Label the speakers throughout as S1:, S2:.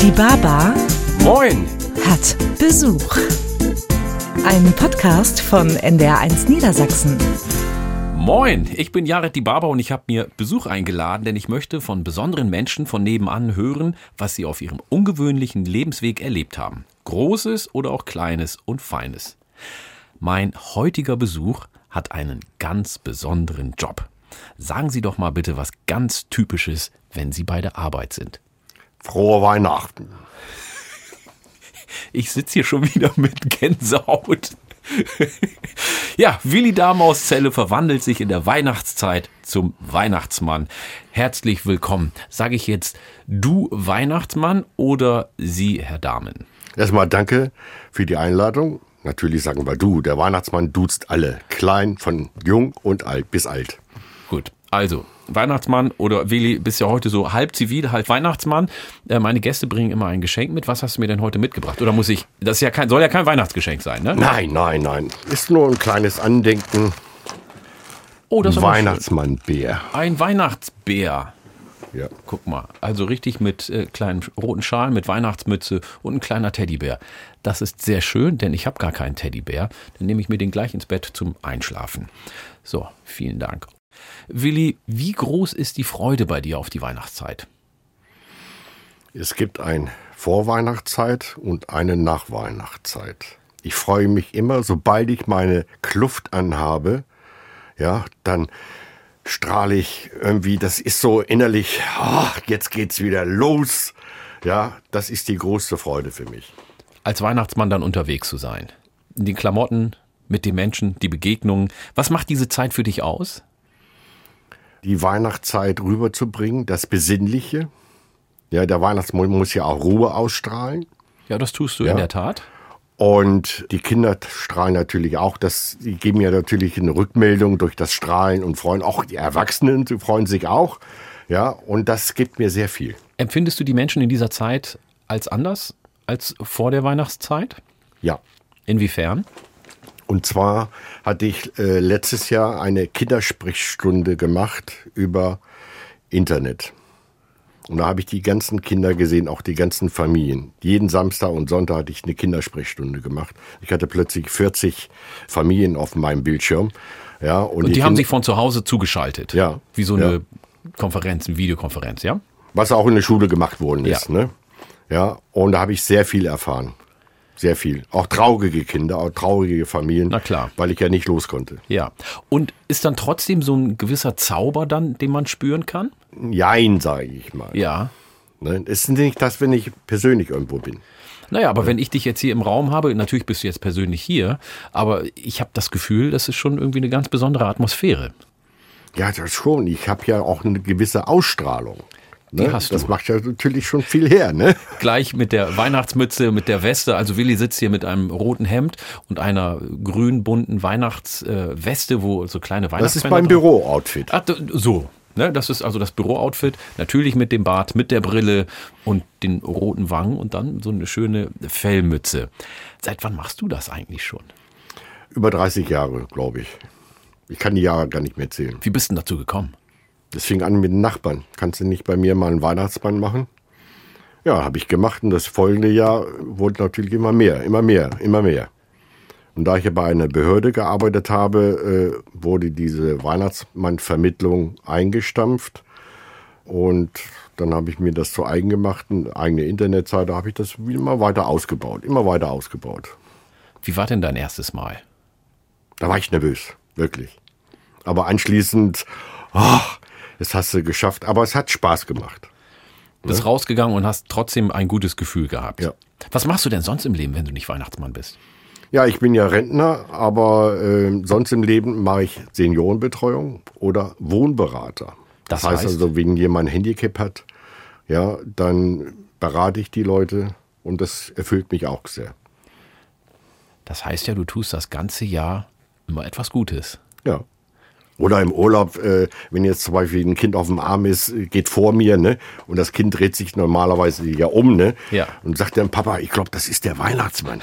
S1: Die Baba
S2: Moin!
S1: hat Besuch. Ein Podcast von NDR1 Niedersachsen.
S2: Moin! Ich bin Jared die Barber und ich habe mir Besuch eingeladen, denn ich möchte von besonderen Menschen von nebenan hören, was sie auf ihrem ungewöhnlichen Lebensweg erlebt haben. Großes oder auch Kleines und Feines. Mein heutiger Besuch hat einen ganz besonderen Job. Sagen Sie doch mal bitte was ganz Typisches, wenn Sie bei der Arbeit sind.
S3: Frohe Weihnachten.
S2: Ich sitze hier schon wieder mit Gänsehaut. ja, Willi Damaus Zelle verwandelt sich in der Weihnachtszeit zum Weihnachtsmann. Herzlich willkommen. Sage ich jetzt du Weihnachtsmann oder sie, Herr Damen?
S3: Erstmal danke für die Einladung. Natürlich sagen wir du. Der Weihnachtsmann duzt alle. Klein, von jung und alt bis alt.
S2: Gut, also Weihnachtsmann oder Willi, bist ja heute so halb zivil, halb Weihnachtsmann. Äh, meine Gäste bringen immer ein Geschenk mit. Was hast du mir denn heute mitgebracht? Oder muss ich, das ist ja kein, soll ja kein Weihnachtsgeschenk sein, ne?
S3: Nein, nein, nein. Ist nur ein kleines Andenken.
S2: Oh, das ist aber schön.
S3: Weihnachtsmannbär.
S2: Ein Weihnachtsbär.
S3: Ja.
S2: Guck mal, also richtig mit äh, kleinen roten Schalen, mit Weihnachtsmütze und ein kleiner Teddybär. Das ist sehr schön, denn ich habe gar keinen Teddybär. Dann nehme ich mir den gleich ins Bett zum Einschlafen. So, vielen Dank. Willi, wie groß ist die Freude bei dir auf die Weihnachtszeit?
S3: Es gibt eine Vorweihnachtszeit und eine Nachweihnachtszeit. Ich freue mich immer, sobald ich meine Kluft anhabe, ja, dann strahle ich irgendwie, das ist so innerlich, ach, jetzt geht's wieder los. Ja, das ist die größte Freude für mich.
S2: Als Weihnachtsmann dann unterwegs zu sein. In den Klamotten, mit den Menschen, die Begegnungen. Was macht diese Zeit für dich aus?
S3: die Weihnachtszeit rüberzubringen, das Besinnliche. Ja, der Weihnachtsmann muss ja auch Ruhe ausstrahlen.
S2: Ja, das tust du in der Tat.
S3: Und die Kinder strahlen natürlich auch, das, die geben ja natürlich eine Rückmeldung durch das Strahlen und freuen auch die Erwachsenen, die freuen sich auch. Ja, und das gibt mir sehr viel.
S2: Empfindest du die Menschen in dieser Zeit als anders als vor der Weihnachtszeit?
S3: Ja.
S2: Inwiefern?
S3: Und zwar hatte ich äh, letztes Jahr eine Kindersprechstunde gemacht über Internet. Und da habe ich die ganzen Kinder gesehen, auch die ganzen Familien. Jeden Samstag und Sonntag hatte ich eine Kindersprechstunde gemacht. Ich hatte plötzlich 40 Familien auf meinem Bildschirm. Ja, und,
S2: Und die haben
S3: Kinder-
S2: sich von zu Hause zugeschaltet.
S3: Ja.
S2: Wie so
S3: Ja.
S2: eine Konferenz, eine Videokonferenz, ja?
S3: was auch in der Schule gemacht worden ist.
S2: Ja.
S3: Ne? ja und da habe ich sehr viel erfahren. Sehr viel. Auch traurige Kinder, auch traurige Familien.
S2: Na klar.
S3: Weil ich ja nicht los konnte.
S2: Ja. Und ist dann trotzdem so ein gewisser Zauber dann, den man spüren kann?
S3: Jein, sage ich mal.
S2: Ja.
S3: Ne? Ist nicht das, wenn ich persönlich irgendwo bin.
S2: Naja, aber wenn ich dich jetzt hier im Raum habe, natürlich bist du jetzt persönlich hier, aber ich habe das Gefühl, das ist schon irgendwie eine ganz besondere Atmosphäre.
S3: Ja, das schon. Ich habe ja auch eine gewisse Ausstrahlung. Ne?
S2: Die hast du.
S3: Das macht ja natürlich schon viel her. Ne?
S2: Gleich mit der Weihnachtsmütze, mit der Weste. Also Willi sitzt hier mit einem roten Hemd und einer grün-bunten Weihnachtsweste, wo so kleine
S3: Das ist
S2: Weihnachtsmänner
S3: mein
S2: drauf-
S3: Büro-Outfit.
S2: Ah, d- so. Ne, das ist also das Bürooutfit, natürlich mit dem Bart, mit der Brille und den roten Wangen und dann so eine schöne Fellmütze. Seit wann machst du das eigentlich schon?
S3: Über 30 Jahre, glaube ich. Ich kann die Jahre gar nicht mehr zählen.
S2: Wie bist du denn dazu gekommen?
S3: Das fing an mit den Nachbarn. Kannst du nicht bei mir mal einen Weihnachtsmann machen? Ja, habe ich gemacht. Und das folgende Jahr wurde natürlich immer mehr, immer mehr, immer mehr. Und da ich ja bei einer Behörde gearbeitet habe, äh, wurde diese Weihnachtsmann-Vermittlung eingestampft. Und dann habe ich mir das zu eigen gemacht, eine eigene Internetseite, habe ich das immer weiter ausgebaut, immer weiter ausgebaut.
S2: Wie war denn dein erstes Mal?
S3: Da war ich nervös, wirklich. Aber anschließend, ach, das hast du geschafft. Aber es hat Spaß gemacht.
S2: Bist rausgegangen und hast trotzdem ein gutes Gefühl gehabt.
S3: Ja.
S2: Was machst du denn sonst im Leben, wenn du nicht Weihnachtsmann bist?
S3: Ja, ich bin ja Rentner, aber ähm, sonst im Leben mache ich Seniorenbetreuung oder Wohnberater.
S2: Das
S3: heißt,
S2: heißt?
S3: also, wenn jemand ein Handicap hat, ja, dann berate ich die Leute und das erfüllt mich auch sehr.
S2: Das heißt ja, du tust das ganze Jahr immer etwas Gutes.
S3: Ja. Oder im Urlaub, äh, wenn jetzt zum Beispiel ein Kind auf dem Arm ist, äh, geht vor mir, ne? Und das Kind dreht sich normalerweise ja um, ne?
S2: Ja.
S3: Und sagt dann, Papa, ich glaube, das ist der Weihnachtsmann.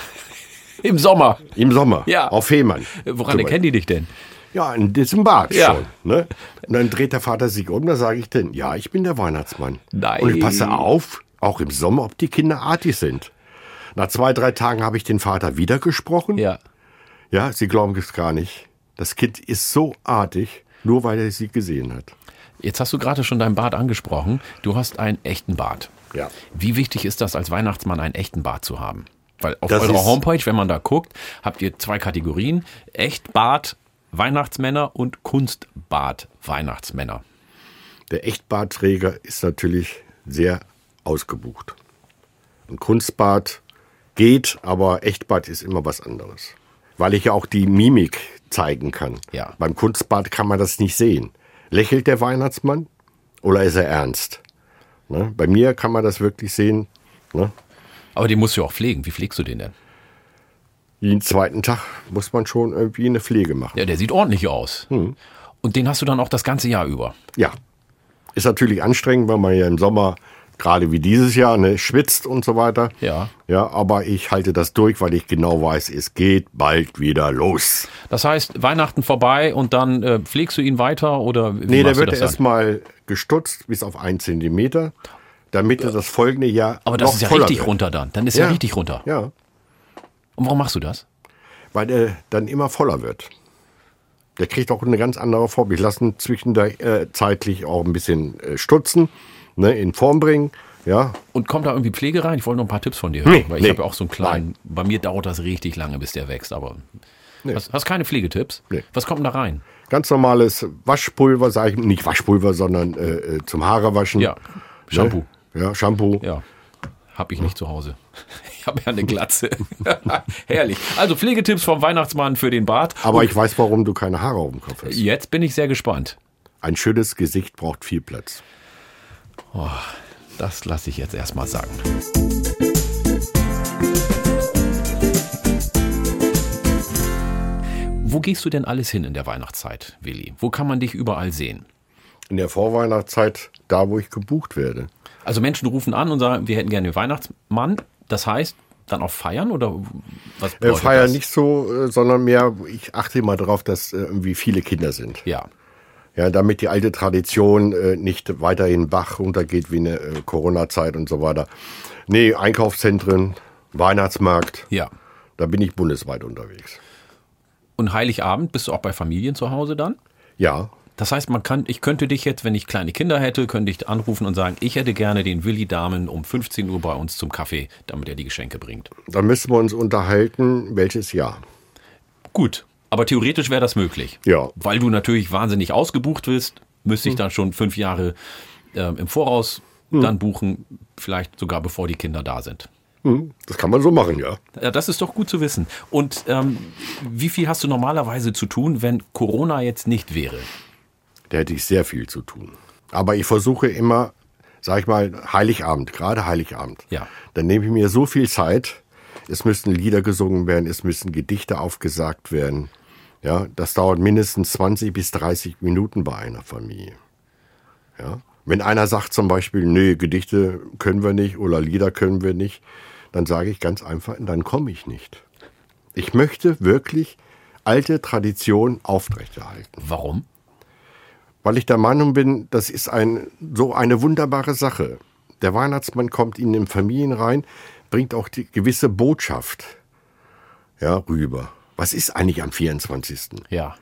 S2: Im Sommer.
S3: Im Sommer.
S2: Ja.
S3: Auf Fehmarn.
S2: Äh, Woran erkennen die dich denn?
S3: Ja, in diesem Bad
S2: Ja.
S3: schon. Ne? Und dann dreht der Vater sich um, da sage ich denn, ja, ich bin der Weihnachtsmann.
S2: Nein.
S3: Und ich passe auf, auch im Sommer, ob die Kinder artig sind. Nach zwei, drei Tagen habe ich den Vater wieder gesprochen.
S2: Ja.
S3: Ja, sie glauben es gar nicht. Das Kind ist so artig, nur weil er sie gesehen hat.
S2: Jetzt hast du gerade schon deinen Bart angesprochen. Du hast einen echten Bart.
S3: Ja.
S2: Wie wichtig ist das als Weihnachtsmann, einen echten Bart zu haben? Weil auf
S3: Das
S2: eurer
S3: ist-
S2: Homepage, wenn man da guckt, habt ihr zwei Kategorien. Echt Bart Weihnachtsmänner und Kunstbart Weihnachtsmänner.
S3: Der Echtbartträger ist natürlich sehr ausgebucht. Ein Kunstbart geht, aber Echtbart ist immer was anderes. Weil ich ja auch die Mimik zeigen kann.
S2: Ja.
S3: Beim Kunstbart kann man das nicht sehen. Lächelt der Weihnachtsmann oder ist er ernst? Ne? Bei mir kann man das wirklich sehen. Ne?
S2: Aber den musst du ja auch pflegen. Wie pflegst du den denn?
S3: Jeden zweiten Tag muss man schon irgendwie eine Pflege machen.
S2: Ja, der sieht ordentlich aus.
S3: Hm.
S2: Und den hast du dann auch das ganze Jahr über.
S3: Ja. Ist natürlich anstrengend, weil man ja im Sommer, gerade wie dieses Jahr, ne, schwitzt und so weiter.
S2: Ja.
S3: Ja, aber ich halte das durch, weil ich genau weiß, es geht bald wieder los.
S2: Das heißt, Weihnachten vorbei und dann äh, pflegst du ihn weiter oder wie
S3: Nee, der
S2: machst
S3: wird
S2: du das dann?
S3: erstmal gestutzt bis auf einen Zentimeter, damit er das folgende Jahr.
S2: Aber das
S3: noch
S2: ist ja
S3: voller
S2: richtig
S3: wird.
S2: runter dann. Dann ist ja,
S3: Ja.
S2: richtig runter.
S3: Ja,
S2: Und warum machst du das?
S3: weil er dann immer voller wird. Der kriegt auch eine ganz andere Form. Ich lasse ihn zwischendurch äh, zeitlich auch ein bisschen äh, stutzen, ne, in Form bringen. Ja,
S2: Und kommt da irgendwie Pflege rein? Ich wollte noch ein paar Tipps von dir hören,
S3: Nee,
S2: weil ich
S3: nee.
S2: habe ja auch so einen kleinen. Bei mir dauert das richtig lange, bis der wächst, aber. Hast, hast keine Pflegetipps?
S3: Nee.
S2: Was kommt denn da rein?
S3: ganz normales Waschpulver, sage ich, nicht Waschpulver, sondern äh, äh, zum Haare waschen.
S2: Ja, Shampoo.
S3: Ne? Ja, Shampoo.
S2: Ja, habe ich
S3: Hm.
S2: nicht zu Hause. Ich habe ja eine Glatze. Herrlich. Also Pflegetipps vom Weihnachtsmann für den Bart.
S3: Aber ich weiß, warum du keine Haare auf dem Kopf hast.
S2: Jetzt bin ich sehr gespannt.
S3: Ein schönes Gesicht braucht viel Platz.
S2: Das lasse ich jetzt erstmal sagen. Wo gehst du denn alles hin in der Weihnachtszeit, Willi? Wo kann man dich überall sehen?
S3: In der Vorweihnachtszeit, da wo ich gebucht werde. Äh,
S2: Also Menschen rufen an und sagen, wir hätten gerne den Weihnachtsmann. Das heißt, dann auch feiern oder was
S3: Äh,
S2: bedeutet
S3: Feier
S2: das?
S3: nicht so, äh, sondern mehr, ich achte immer darauf, dass äh, irgendwie viele Kinder sind.
S2: Ja.
S3: Ja, damit die alte Tradition äh, nicht weiterhin Bach runtergeht wie eine äh, Corona-Zeit und so weiter. Nee, Einkaufszentren, Weihnachtsmarkt,
S2: Ja.
S3: da bin ich bundesweit unterwegs.
S2: Und Heiligabend bist du auch bei Familien zu Hause dann?
S3: Ja,
S2: Das heißt, man kann, ich könnte dich jetzt, wenn ich kleine Kinder hätte, könnte ich anrufen und sagen, ich hätte gerne den Willi Damen um 15 Uhr bei uns zum Kaffee, damit er die Geschenke bringt.
S3: Dann müssen wir uns unterhalten, welches Jahr.
S2: Gut, aber theoretisch wäre das möglich.
S3: Ja. Hm.
S2: Weil du natürlich wahnsinnig ausgebucht bist, müsste ich dann schon fünf Jahre ähm, im Voraus dann buchen, vielleicht sogar bevor die Kinder da sind.
S3: Hm, das kann man so machen, ja.
S2: Ja, das ist doch gut zu wissen. Und ähm, wie viel hast du normalerweise zu tun, wenn Corona jetzt nicht wäre?
S3: Da hätte ich sehr viel zu tun. Aber ich versuche immer, sag ich mal, Heiligabend, gerade Heiligabend.
S2: Ja.
S3: Dann nehme ich mir so viel Zeit. Es müssen Lieder gesungen werden, es müssen Gedichte aufgesagt werden. Ja, das dauert mindestens 20 bis 30 Minuten bei einer Familie. Ja. Wenn einer sagt zum Beispiel, nee, Gedichte können wir nicht oder Lieder können wir nicht, dann sage ich ganz einfach, dann komme ich nicht. Ich möchte wirklich alte Tradition aufrechterhalten
S2: Warum?
S3: weil ich der Meinung bin, das ist ein, so eine wunderbare Sache. Der Weihnachtsmann kommt in den Familien rein, bringt auch die gewisse Botschaft ja, rüber. Was ist eigentlich am 24.?
S2: Ja.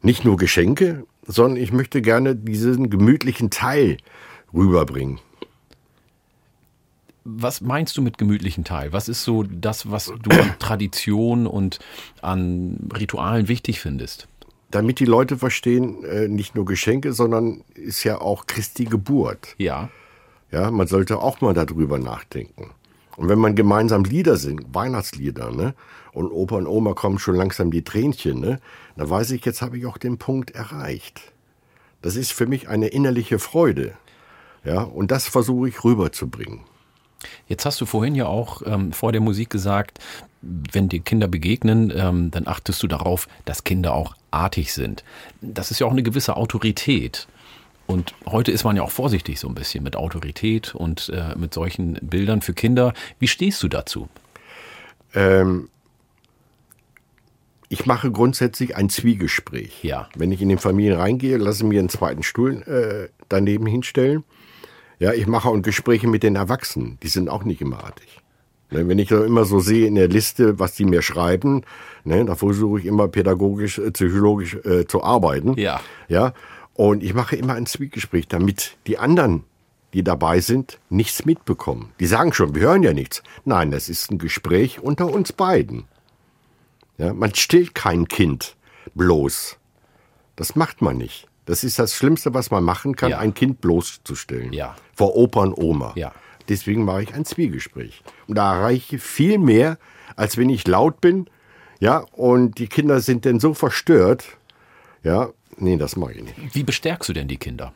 S3: Nicht nur Geschenke, sondern ich möchte gerne diesen gemütlichen Teil rüberbringen.
S2: Was meinst du mit gemütlichen Teil? Was ist so das, was du an Tradition und an Ritualen wichtig findest?
S3: Damit die Leute verstehen, äh, nicht nur Geschenke, sondern ist ja auch Christi Geburt.
S2: Ja.
S3: Ja, man sollte auch mal darüber nachdenken. Und wenn man gemeinsam Lieder singt, Weihnachtslieder, ne? Und Opa und Oma kommen schon langsam die Tränchen, ne? Dann weiß ich, jetzt habe ich auch den Punkt erreicht. Das ist für mich eine innerliche Freude. Ja, und das versuche ich rüberzubringen.
S2: Jetzt hast du vorhin ja auch ähm, vor der Musik gesagt, wenn dir Kinder begegnen, ähm, dann achtest du darauf, dass Kinder auch artig sind. Das ist ja auch eine gewisse Autorität. Und heute ist man ja auch vorsichtig so ein bisschen mit Autorität und äh, mit solchen Bildern für Kinder. Wie stehst du dazu?
S3: Ähm, ich mache grundsätzlich ein Zwiegespräch.
S2: Ja.
S3: Wenn ich in den Familien reingehe, lasse mir einen zweiten Stuhl äh, daneben hinstellen. Ja, ich mache auch Gespräche mit den Erwachsenen. Die sind auch nicht immer artig. Ne, Wenn ich da immer so sehe in der Liste, was die mir schreiben, ne, da versuche ich immer pädagogisch, äh, psychologisch äh, zu arbeiten.
S2: Ja.
S3: Ja. Und ich mache immer ein Zwiegespräch, damit die anderen, die dabei sind, nichts mitbekommen. Die sagen schon, wir hören ja nichts. Nein, das ist ein Gespräch unter uns beiden. Ja, man stillt kein Kind bloß. Das macht man nicht. Das ist das Schlimmste, was man machen kann,
S2: Ja.
S3: ein Kind bloßzustellen.
S2: Ja.
S3: Vor Opa und Oma.
S2: Ja.
S3: Deswegen mache ich ein Zwiegespräch. Und da erreiche ich viel mehr, als wenn ich laut bin. Ja, und die Kinder sind denn so verstört. Ja, nee, das mache ich nicht.
S2: Wie bestärkst du denn die Kinder?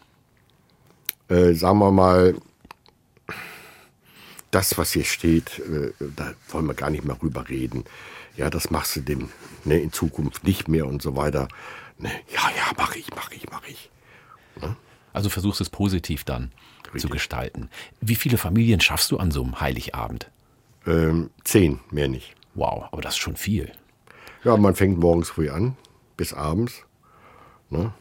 S3: Äh, sagen wir mal, das, was hier steht, äh, da wollen wir gar nicht mehr rüber reden. Ja, das machst du dem ne, in Zukunft nicht mehr und so weiter. Ne, ja, ja, mache ich, mache ich, mache ich.
S2: Also versuchst es positiv dann zu gestalten. Wie viele Familien schaffst du an so einem Heiligabend?
S3: Ähm, zehn, mehr nicht.
S2: Wow, aber das ist schon viel.
S3: Ja, man fängt morgens früh an, bis abends. Ne?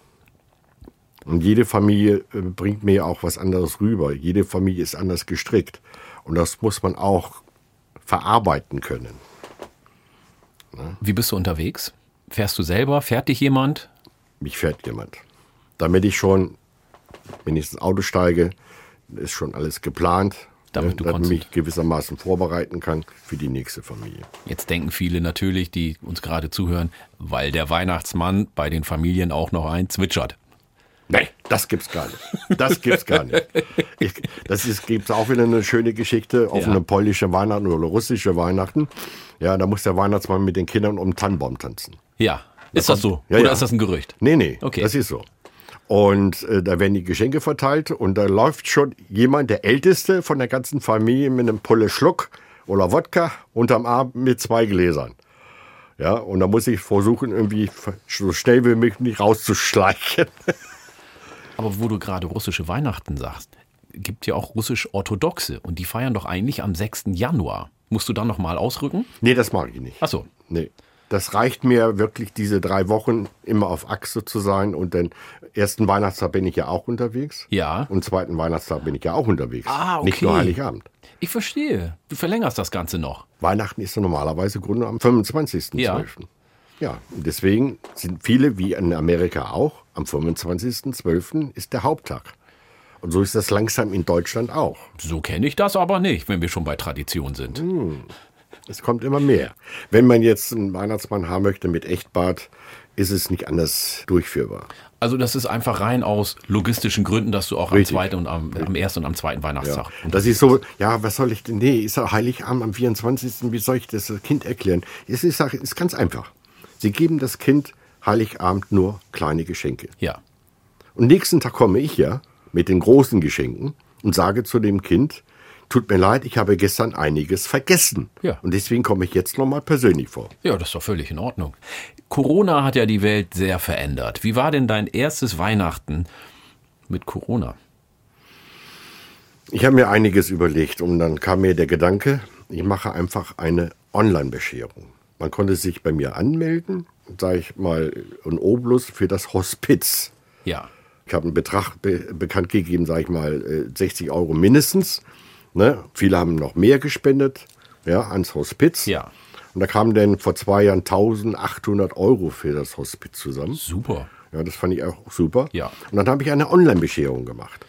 S3: Und jede Familie äh, bringt mir ja auch was anderes rüber. Jede Familie ist anders gestrickt. Und das muss man auch verarbeiten können.
S2: Wie bist du unterwegs? Fährst du selber? Fährt dich jemand?
S3: Mich fährt jemand. Damit ich schon, wenn ich ins Auto steige, ist schon alles geplant. ne?
S2: Damit du
S3: damit
S2: konzentriert-
S3: mich gewissermaßen vorbereiten kann für die nächste Familie.
S2: Jetzt denken viele natürlich, die uns gerade zuhören, weil der Weihnachtsmann bei den Familien auch noch ein zwitschert.
S3: Nee, das gibt's gar nicht. Das gibt's gar nicht. Ich, das ist, gibt's auch wieder eine schöne Geschichte auf
S2: Ja.
S3: eine polnische Weihnachten oder russische Weihnachten. Ja, da muss der Weihnachtsmann mit den Kindern um den Tannenbaum tanzen.
S2: Ja, ist das so?
S3: Ja,
S2: Oder
S3: ja.
S2: ist das ein Gerücht?
S3: Nee, nee,
S2: Okay.
S3: das ist so. Und äh, da werden die Geschenke verteilt und da läuft schon jemand, der Älteste von der ganzen Familie mit einem Pulle Schluck oder Wodka unterm Arm mit zwei Gläsern. Ja, und da muss ich versuchen, irgendwie so schnell wie möglich rauszuschleichen.
S2: Aber wo du gerade russische Weihnachten sagst, gibt ja auch russisch-orthodoxe und die feiern doch eigentlich am 6. Januar. Musst du da nochmal ausrücken?
S3: Nee, das mag ich nicht.
S2: Ach so.
S3: Nee. Das reicht mir wirklich, diese drei Wochen immer auf Achse zu sein. Und den ersten Weihnachtstag bin ich ja auch unterwegs.
S2: Ja.
S3: Und zweiten Weihnachtstag bin ich ja auch unterwegs.
S2: Ah, okay.
S3: Nicht nur Heiligabend.
S2: Ich verstehe. Du verlängerst das Ganze noch.
S3: Weihnachten ist ja normalerweise Grund am 25.12.
S2: Ja.
S3: ja. Und deswegen sind viele, wie in Amerika auch, am 25.12. ist der Haupttag. Und so ist das langsam in Deutschland auch.
S2: So kenne ich das aber nicht, wenn wir schon bei Tradition sind.
S3: Es kommt immer mehr. Wenn man jetzt einen Weihnachtsmann haben möchte mit Echtbart, ist es nicht anders durchführbar.
S2: Also das ist einfach rein aus logistischen Gründen, dass du auch am
S3: Richtig.
S2: zweiten und am, am ersten und am zweiten Weihnachtstag.
S3: Ja. Das ist so, ja, was soll ich denn? Nee, ist ja Heiligabend am 24. Wie soll ich das Kind erklären? Es ist, ist ganz einfach. Sie geben das Kind Heiligabend nur kleine Geschenke.
S2: Ja.
S3: Und nächsten Tag komme ich ja mit den großen Geschenken und sage zu dem Kind, tut mir leid, ich habe gestern einiges vergessen.
S2: Ja.
S3: Und deswegen komme ich jetzt nochmal persönlich vor.
S2: Ja, das ist doch völlig in Ordnung. Corona hat ja die Welt sehr verändert. Wie war denn dein erstes Weihnachten mit Corona?
S3: Ich habe mir einiges überlegt und dann kam mir der Gedanke, ich mache einfach eine Online-Bescherung. Man konnte sich bei mir anmelden, sage ich mal, ein Obolus für das Hospiz.
S2: Ja.
S3: Ich habe einen Betrag be bekannt gegeben, sage ich mal, äh, 60 Euro mindestens. Ne? Viele haben noch mehr gespendet, ja, ans Hospiz.
S2: Ja.
S3: Und da kamen dann vor zwei Jahren 1800 Euro für das Hospiz zusammen.
S2: Super.
S3: Ja, das fand ich auch super.
S2: Ja.
S3: Und dann habe ich eine Online-Bescherung gemacht.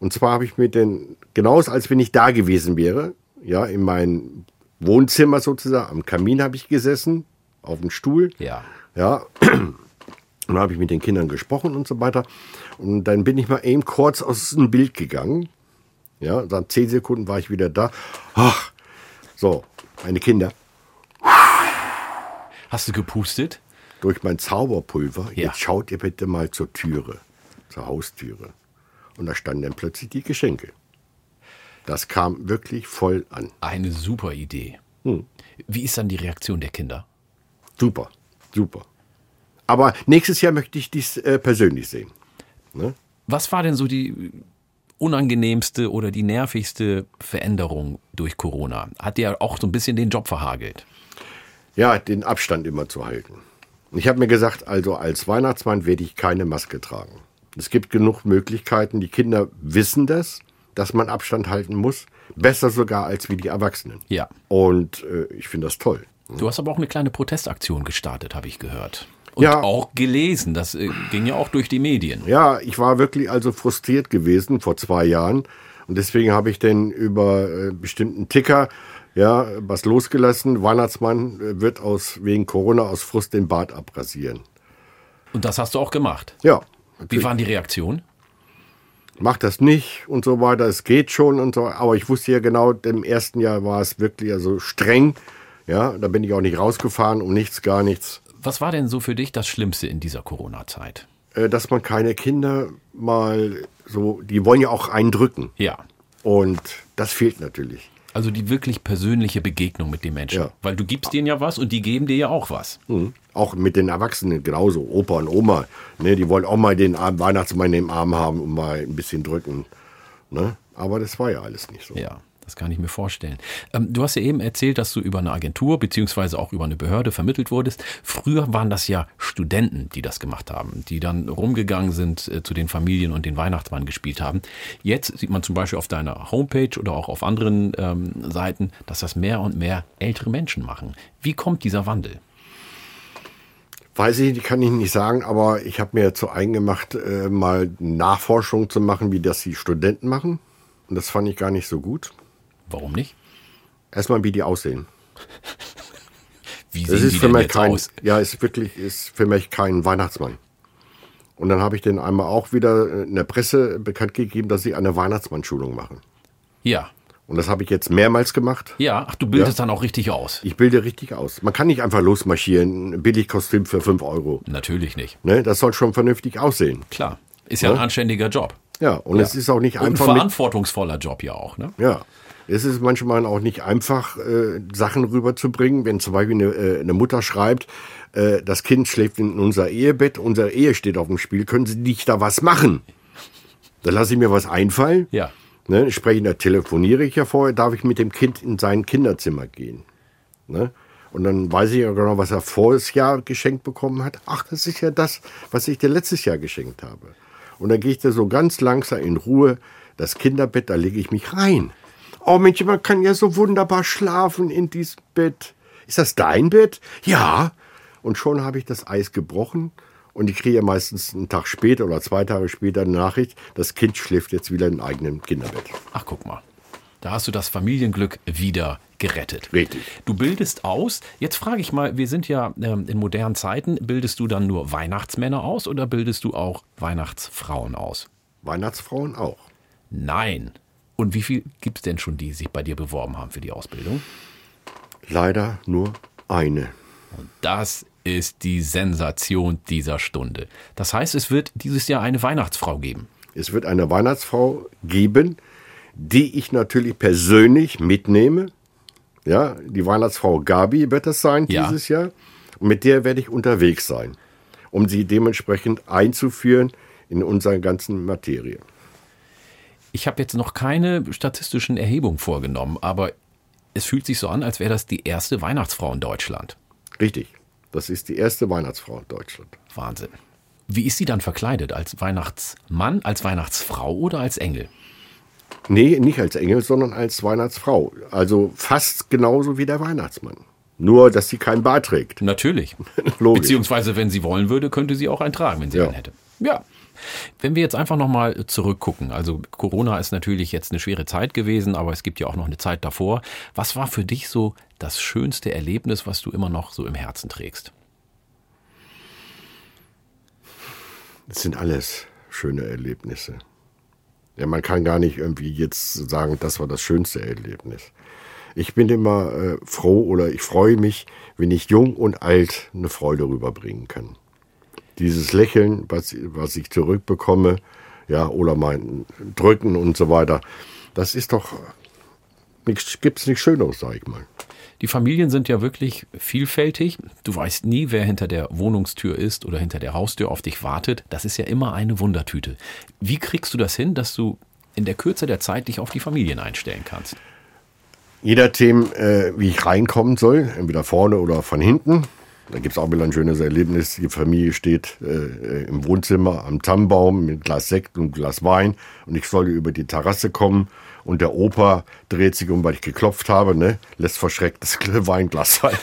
S3: Und zwar habe ich mit den, genauso als wenn ich da gewesen wäre, ja, in meinem Wohnzimmer sozusagen, am Kamin habe ich gesessen, auf dem Stuhl.
S2: Ja.
S3: Ja. Und dann habe ich mit den Kindern gesprochen und so weiter. Und dann bin ich mal eben kurz aus dem Bild gegangen. Ja, dann zehn Sekunden war ich wieder da. Ach, so, meine Kinder,
S2: Hast du gepustet?
S3: durch mein Zauberpulver.
S2: Ja.
S3: Jetzt schaut ihr bitte mal zur Türe, zur Haustüre. Und da standen dann plötzlich die Geschenke. Das kam wirklich voll an.
S2: Eine super Idee.
S3: Hm.
S2: Wie ist dann die Reaktion der Kinder?
S3: Super, super. Aber nächstes Jahr möchte ich dies äh, persönlich sehen. Ne?
S2: Was war denn so die unangenehmste oder die nervigste Veränderung durch Corona? Hat dir auch so ein bisschen den Job verhagelt?
S3: Ja, den Abstand immer zu halten. Ich habe mir gesagt, also als Weihnachtsmann werde ich keine Maske tragen. Es gibt genug Möglichkeiten, die Kinder wissen das. dass man Abstand halten muss. Besser sogar als wie die Erwachsenen.
S2: Ja.
S3: Und äh, ich finde das toll.
S2: Du hast aber auch eine kleine Protestaktion gestartet, habe ich gehört. Und
S3: Ja.
S2: auch gelesen. Das äh, ging ja auch durch die Medien.
S3: Ja, ich war wirklich also frustriert gewesen vor zwei Jahren. Und deswegen habe ich denn über äh, bestimmten Ticker ja was losgelassen. Weihnachtsmann äh, wird aus wegen Corona aus Frust den Bart abrasieren.
S2: Und das hast du auch gemacht.
S3: Ja.
S2: Wie waren die Reaktionen?
S3: mach das nicht und so weiter, es geht schon und so. Aber ich wusste ja genau, im ersten Jahr war es wirklich also streng. Ja, da bin ich auch nicht rausgefahren, um nichts, gar nichts.
S2: Was war denn so für dich das Schlimmste in dieser Corona-Zeit?
S3: Äh, Dass man keine Kinder mal so, die wollen ja auch eindrücken.
S2: Ja.
S3: Und das fehlt natürlich.
S2: Also die wirklich persönliche Begegnung mit den Menschen.
S3: Ja.
S2: Weil du gibst denen ja was und die geben dir ja auch was.
S3: Mhm. Auch mit den Erwachsenen genauso, Opa und Oma. Ne, die wollen auch mal den Arm- Weihnachtsmann im Arm haben und mal ein bisschen drücken. Ne? Aber das war ja alles nicht so.
S2: Ja, das kann ich mir vorstellen. Ähm, du hast ja eben erzählt, dass du über eine Agentur beziehungsweise auch über eine Behörde vermittelt wurdest. Früher waren das ja Studenten, die das gemacht haben, die dann rumgegangen sind äh, zu den Familien und den Weihnachtsmann gespielt haben. Jetzt sieht man zum Beispiel auf deiner Homepage oder auch auf anderen ähm, Seiten, dass das mehr und mehr ältere Menschen machen. Wie kommt dieser Wandel?
S3: Weiß ich, nicht, kann ich nicht sagen, aber ich habe mir zu eigen gemacht, äh, mal Nachforschung zu machen, wie das die Studenten machen. Und das fand ich gar nicht so gut.
S2: Warum nicht?
S3: Erstmal, wie die aussehen.
S2: Wie
S3: Das
S2: sehen
S3: ist
S2: die
S3: für
S2: denn
S3: mich
S2: jetzt
S3: kein,
S2: aus?
S3: ja, ist wirklich, ist für mich kein Weihnachtsmann. Und dann habe ich den einmal auch wieder äh, in der Presse bekannt gegeben, dass sie eine Weihnachtsmannschulung machen.
S2: Ja,
S3: Und das habe ich jetzt mehrmals gemacht.
S2: ja. Ach, du bildest dann auch richtig aus.
S3: Ich bilde richtig aus. Man kann nicht einfach losmarschieren, billig Kostüm für 5 Euro.
S2: Natürlich nicht.
S3: Ne? Das soll schon vernünftig aussehen.
S2: Klar. Ist ja ein anständiger Job.
S3: Ja, und es ist auch nicht
S2: Und ein
S3: einfach mit
S2: verantwortungsvoller Job ja auch, ne?
S3: Ja. Es ist manchmal auch nicht einfach, äh, Sachen rüberzubringen, wenn zum Beispiel eine, äh, eine Mutter schreibt, äh, das Kind schläft in unser Ehebett, unsere Ehe steht auf dem Spiel, können Sie nicht da was machen? Da lasse ich mir was einfallen.
S2: Ja.
S3: Ne, entsprechend da telefoniere ich ja vorher, darf ich mit dem Kind in sein Kinderzimmer gehen. Ne? Und dann weiß ich ja genau, was er voriges Jahr geschenkt bekommen hat. Ach, das ist ja das, was ich dir letztes Jahr geschenkt habe. Und dann gehe ich da so ganz langsam in Ruhe, das Kinderbett, da lege ich mich rein. Oh Mensch, man kann ja so wunderbar schlafen in diesem Bett. Ist das dein Bett? Ja. Und schon habe ich das Eis gebrochen und ich kriege ja meistens einen Tag später oder zwei Tage später eine Nachricht, das Kind schläft jetzt wieder im eigenen Kinderbett.
S2: Ach, guck mal. Da hast du das Familienglück wieder gerettet.
S3: Richtig.
S2: Du bildest aus. Jetzt frage ich mal, wir sind ja ähm, in modernen Zeiten. Bildest du dann nur Weihnachtsmänner aus oder bildest du auch Weihnachtsfrauen aus?
S3: Weihnachtsfrauen auch.
S2: Nein. Und wie viel gibt's denn schon, die sich bei dir beworben haben für die Ausbildung?
S3: Leider nur eine.
S2: Und das ist die Sensation dieser Stunde. Das heißt, es wird dieses Jahr eine Weihnachtsfrau geben.
S3: Es wird eine Weihnachtsfrau geben, die ich natürlich persönlich mitnehme. Ja, die Weihnachtsfrau Gabi wird das sein
S2: Ja.
S3: dieses Jahr. Und mit der werde ich unterwegs sein, um sie dementsprechend einzuführen in unsere ganzen Materie.
S2: Ich habe jetzt noch keine statistischen Erhebungen vorgenommen, aber es fühlt sich so an, als wäre das die erste Weihnachtsfrau in Deutschland.
S3: Richtig. Das ist die erste Weihnachtsfrau in Deutschland.
S2: Wahnsinn. Wie ist sie dann verkleidet? Als Weihnachtsmann, als Weihnachtsfrau oder als Engel?
S3: Nee, nicht als Engel, sondern als Weihnachtsfrau. Also fast genauso wie der Weihnachtsmann. Nur, dass sie keinen Bart trägt.
S2: Natürlich.
S3: Logisch.
S2: Beziehungsweise, wenn sie wollen würde, könnte sie auch einen tragen, wenn sie
S3: Ja.
S2: einen hätte. Ja. Wenn wir jetzt einfach nochmal zurückgucken, also Corona ist natürlich jetzt eine schwere Zeit gewesen, aber es gibt ja auch noch eine Zeit davor. Was war für dich so das schönste Erlebnis, was du immer noch so im Herzen trägst?
S3: Das sind alles schöne Erlebnisse. Ja, man kann gar nicht irgendwie jetzt sagen, das war das schönste Erlebnis. Ich bin immer äh, froh oder ich freue mich, wenn ich jung und alt eine Freude rüberbringen kann. Dieses Lächeln, was, was ich zurückbekomme, ja, oder mein Drücken und so weiter, das ist doch, nichts- gibt's nichts Schöneres, sag ich mal.
S2: Die Familien sind ja wirklich vielfältig. Du weißt nie, wer hinter der Wohnungstür ist oder hinter der Haustür auf dich wartet. Das ist ja immer eine Wundertüte. Wie kriegst du das hin, dass du in der Kürze der Zeit dich auf die Familien einstellen kannst?
S3: jeder Themen, äh, wie ich reinkommen soll, entweder vorne oder von hinten. Da gibt es auch wieder ein schönes Erlebnis. Die Familie steht äh, im Wohnzimmer am Tannenbaum mit Glas Sekt und Glas Wein und ich soll über die Terrasse kommen und der Opa dreht sich um, weil ich geklopft habe, ne? lässt verschreckt das Weinglas fallen.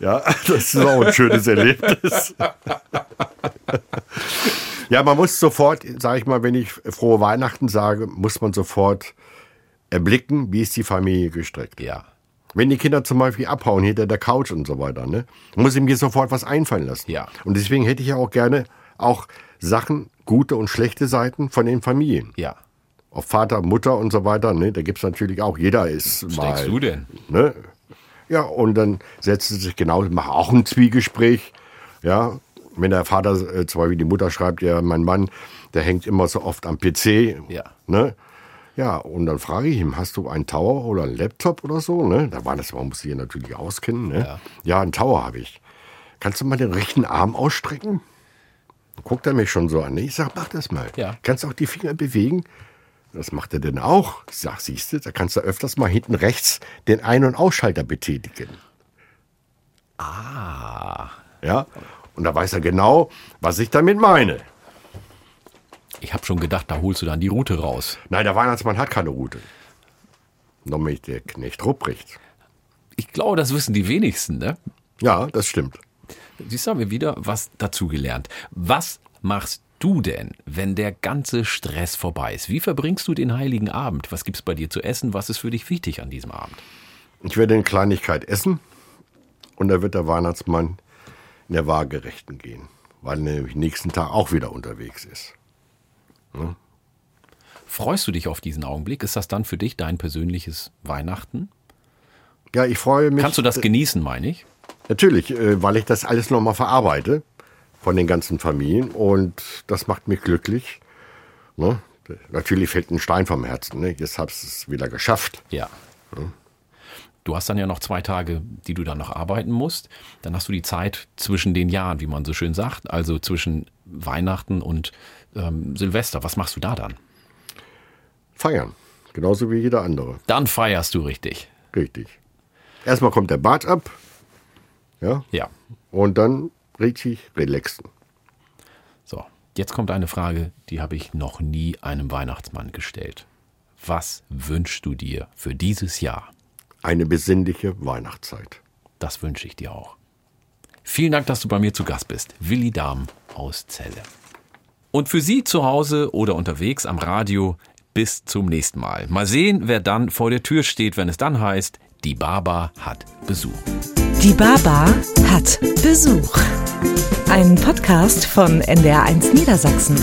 S3: ja, das ist auch ein schönes Erlebnis. ja, man muss sofort, sage ich mal, wenn ich frohe Weihnachten sage, muss man sofort erblicken, wie ist die Familie gestrickt.
S2: Ja.
S3: Wenn die Kinder zum Beispiel abhauen hinter der Couch und so weiter, ne, muss ich mir sofort was einfallen lassen.
S2: Ja.
S3: Und deswegen hätte ich ja auch gerne auch Sachen, gute und schlechte Seiten von den Familien.
S2: Ja.
S3: Auf Vater, Mutter und so weiter, ne, da gibt's natürlich auch, jeder ist
S2: Was
S3: mal.
S2: denkst du denn?
S3: Ne? Ja, und dann setzen sie sich genau, machen auch ein Zwiegespräch. Ja, wenn der Vater, äh, zum Beispiel die Mutter schreibt, ja, mein Mann, der hängt immer so oft am PC.
S2: Ja.
S3: Ne? Ja, und dann frage ich ihn, hast du einen Tower oder einen Laptop oder so? Ne? Da war das, man muss sich ja natürlich auskennen. Ne?
S2: Ja.
S3: ja, einen Tower habe ich. Kannst du mal den rechten Arm ausstrecken? Dann guckt er mich schon so an. ne? Ich sag, mach das mal.
S2: Ja.
S3: Kannst auch die Finger bewegen? Das macht er denn auch. Ich sag, siehst du, da kannst du öfters mal hinten rechts den Ein- und Ausschalter betätigen.
S2: Ah.
S3: Ja? Und da weiß er genau, was ich damit meine.
S2: Ich habe schon gedacht, da holst du dann die Route raus.
S3: Nein, der Weihnachtsmann hat keine Route. Nämlich der Knecht Rupprecht.
S2: Ich glaube, das wissen die wenigsten, ne?
S3: Ja, das stimmt.
S2: Siehst du, haben wir wieder was dazugelernt. Was machst du denn, wenn der ganze Stress vorbei ist? Wie verbringst du den heiligen Abend? Was gibt's bei dir zu essen? Was ist für dich wichtig an diesem Abend?
S3: Ich werde in Kleinigkeit essen und da wird der Weihnachtsmann in der Waagerechten gehen, weil er nämlich nächsten Tag auch wieder unterwegs ist.
S2: Freust du dich auf diesen Augenblick? Ist das dann für dich dein persönliches Weihnachten?
S3: Ja, ich freue mich.
S2: Kannst du das genießen, meine ich?
S3: Natürlich, äh, weil ich das alles nochmal verarbeite von den ganzen Familien und das macht mich glücklich. Ne? Natürlich fällt ein Stein vom Herzen. Ne? Jetzt hab's es wieder geschafft.
S2: Ja. Du hast dann ja noch zwei Tage, die du dann noch arbeiten musst. Dann hast du die Zeit zwischen den Jahren, wie man so schön sagt, also zwischen Weihnachten und ähm, Silvester. Was machst du da dann?
S3: Feiern. Genauso wie jeder andere.
S2: Dann feierst du richtig.
S3: Richtig. Erstmal kommt der Bart ab. Ja.
S2: Ja.
S3: Und dann richtig relaxen.
S2: So, jetzt kommt eine Frage, die habe ich noch nie einem Weihnachtsmann gestellt. Was wünschst du dir für dieses Jahr?
S3: Eine besinnliche Weihnachtszeit.
S2: Das wünsche ich dir auch. Vielen Dank, dass du bei mir zu Gast bist. Willi Dahm aus Celle. Und für Sie zu Hause oder unterwegs am Radio, bis zum nächsten Mal. Mal sehen, wer dann vor der Tür steht, wenn es dann heißt, die Baba hat Besuch.
S1: Die Baba hat Besuch. Ein Podcast von NDR1 Niedersachsen.